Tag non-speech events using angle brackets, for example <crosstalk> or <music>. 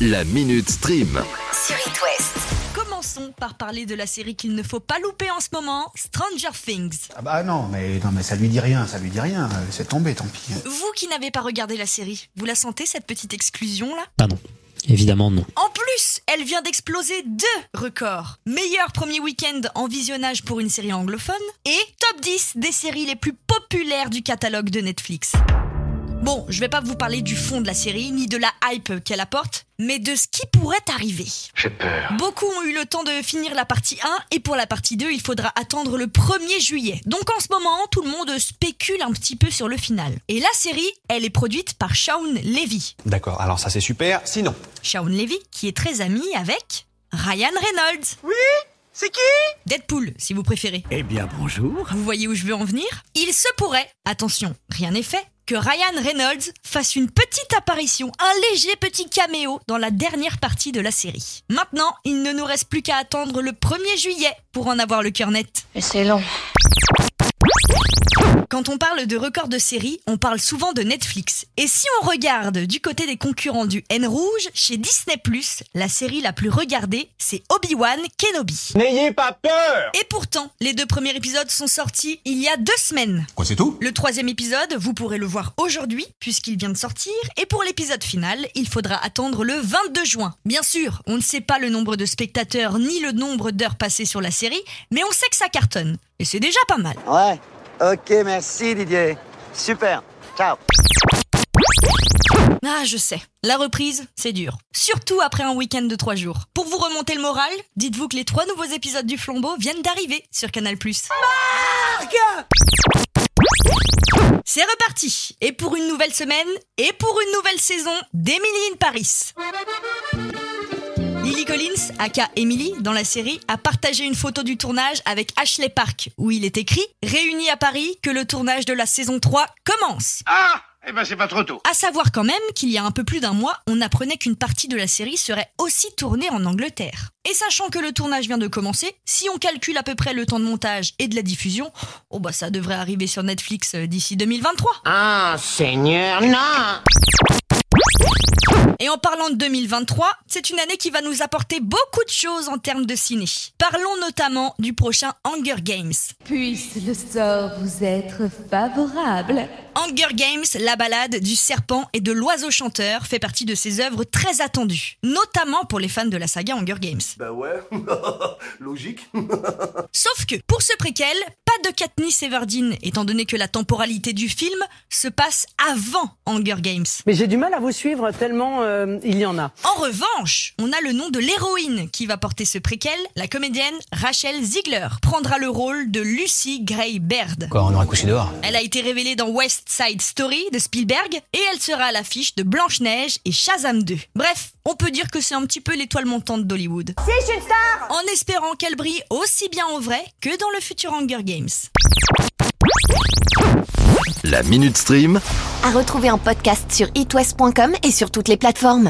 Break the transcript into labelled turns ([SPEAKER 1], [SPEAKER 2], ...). [SPEAKER 1] La Minute Stream.
[SPEAKER 2] sur It West.
[SPEAKER 3] Commençons par parler de la série qu'il ne faut pas louper en ce moment, Stranger Things.
[SPEAKER 4] Ah bah non, mais non mais ça lui dit rien, ça lui dit rien, euh, c'est tombé, tant pis.
[SPEAKER 3] Vous qui n'avez pas regardé la série, vous la sentez cette petite exclusion là
[SPEAKER 5] Bah non, évidemment non.
[SPEAKER 3] En plus, elle vient d'exploser deux records. Meilleur premier week-end en visionnage pour une série anglophone et top 10 des séries les plus populaires du catalogue de Netflix. Bon, je vais pas vous parler du fond de la série, ni de la hype qu'elle apporte, mais de ce qui pourrait arriver.
[SPEAKER 6] J'ai peur.
[SPEAKER 3] Beaucoup ont eu le temps de finir la partie 1 et pour la partie 2, il faudra attendre le 1er juillet. Donc en ce moment, tout le monde spécule un petit peu sur le final. Et la série, elle est produite par Shaun Levy.
[SPEAKER 7] D'accord, alors ça c'est super. Sinon,
[SPEAKER 3] Shaun Levy qui est très ami avec Ryan Reynolds. Oui c'est qui Deadpool, si vous préférez.
[SPEAKER 8] Eh bien bonjour.
[SPEAKER 3] Vous voyez où je veux en venir Il se pourrait, attention, rien n'est fait, que Ryan Reynolds fasse une petite apparition, un léger petit caméo dans la dernière partie de la série. Maintenant, il ne nous reste plus qu'à attendre le 1er juillet pour en avoir le cœur net.
[SPEAKER 2] Mais c'est long.
[SPEAKER 3] Quand on parle de record de séries, on parle souvent de Netflix. Et si on regarde du côté des concurrents du N rouge, chez Disney+, la série la plus regardée, c'est Obi-Wan Kenobi.
[SPEAKER 7] n'ayez pas peur
[SPEAKER 3] Et pourtant, les deux premiers épisodes sont sortis il y a deux semaines.
[SPEAKER 7] Quoi, c'est tout
[SPEAKER 3] Le troisième épisode, vous pourrez le voir aujourd'hui, puisqu'il vient de sortir, et pour l'épisode final, il faudra attendre le 22 juin. Bien sûr, on ne sait pas le nombre de spectateurs ni le nombre d'heures passées sur la série, mais on sait que ça cartonne, et c'est déjà pas mal.
[SPEAKER 9] Ouais. Ok, merci Didier. Super. Ciao.
[SPEAKER 3] Ah, je sais, la reprise, c'est dur. Surtout après un week-end de trois jours. Pour vous remonter le moral, dites-vous que les trois nouveaux épisodes du Flambeau viennent d'arriver sur Canal+. C'est reparti Et pour une nouvelle semaine, et pour une nouvelle saison d'Emily in Paris Lily Collins, aka Emily, dans la série, a partagé une photo du tournage avec Ashley Park, où il est écrit « Réunis à Paris, que le tournage de la saison 3 commence !»
[SPEAKER 6] Ah Eh ben c'est pas trop tôt.
[SPEAKER 3] À savoir quand même qu'il y a un peu plus d'un mois, on apprenait qu'une partie de la série serait aussi tournée en Angleterre. Et sachant que le tournage vient de commencer, si on calcule à peu près le temps de montage et de la diffusion, oh bah ça devrait arriver sur Netflix euh, d'ici 2023.
[SPEAKER 9] Ah, Seigneur, non
[SPEAKER 3] Et en parlant de 2023, c'est une année qui va nous apporter beaucoup de choses en termes de ciné. Parlons notamment du prochain Hunger Games.
[SPEAKER 10] Puisse le sort vous être favorable.
[SPEAKER 3] Hunger Games, la balade du serpent et de l'oiseau chanteur fait partie de ses œuvres très attendues, notamment pour les fans de la saga Hunger Games.
[SPEAKER 8] Bah ouais, <laughs> logique. <laughs>
[SPEAKER 3] Sauf que, pour ce préquel, pas de Katniss Everdeen, étant donné que la temporalité du film se passe avant Hunger Games.
[SPEAKER 11] Mais j'ai du mal à vous suivre tellement euh, il y en a.
[SPEAKER 3] En revanche, on a le nom de l'héroïne qui va porter ce préquel, la comédienne Rachel Ziegler, prendra le rôle de Lucy Gray Baird.
[SPEAKER 4] Quoi, on aurait couché dehors
[SPEAKER 3] Elle a été révélée dans West Side Story de Spielberg et elle sera à l'affiche de Blanche-Neige et Shazam 2. Bref, on peut dire que c'est un petit peu l'étoile montante d'Hollywood. C'est une star En espérant qu'elle brille aussi bien en vrai que dans le futur Hunger Games.
[SPEAKER 1] La Minute Stream.
[SPEAKER 2] À retrouver en podcast sur itwest.com et sur toutes les plateformes.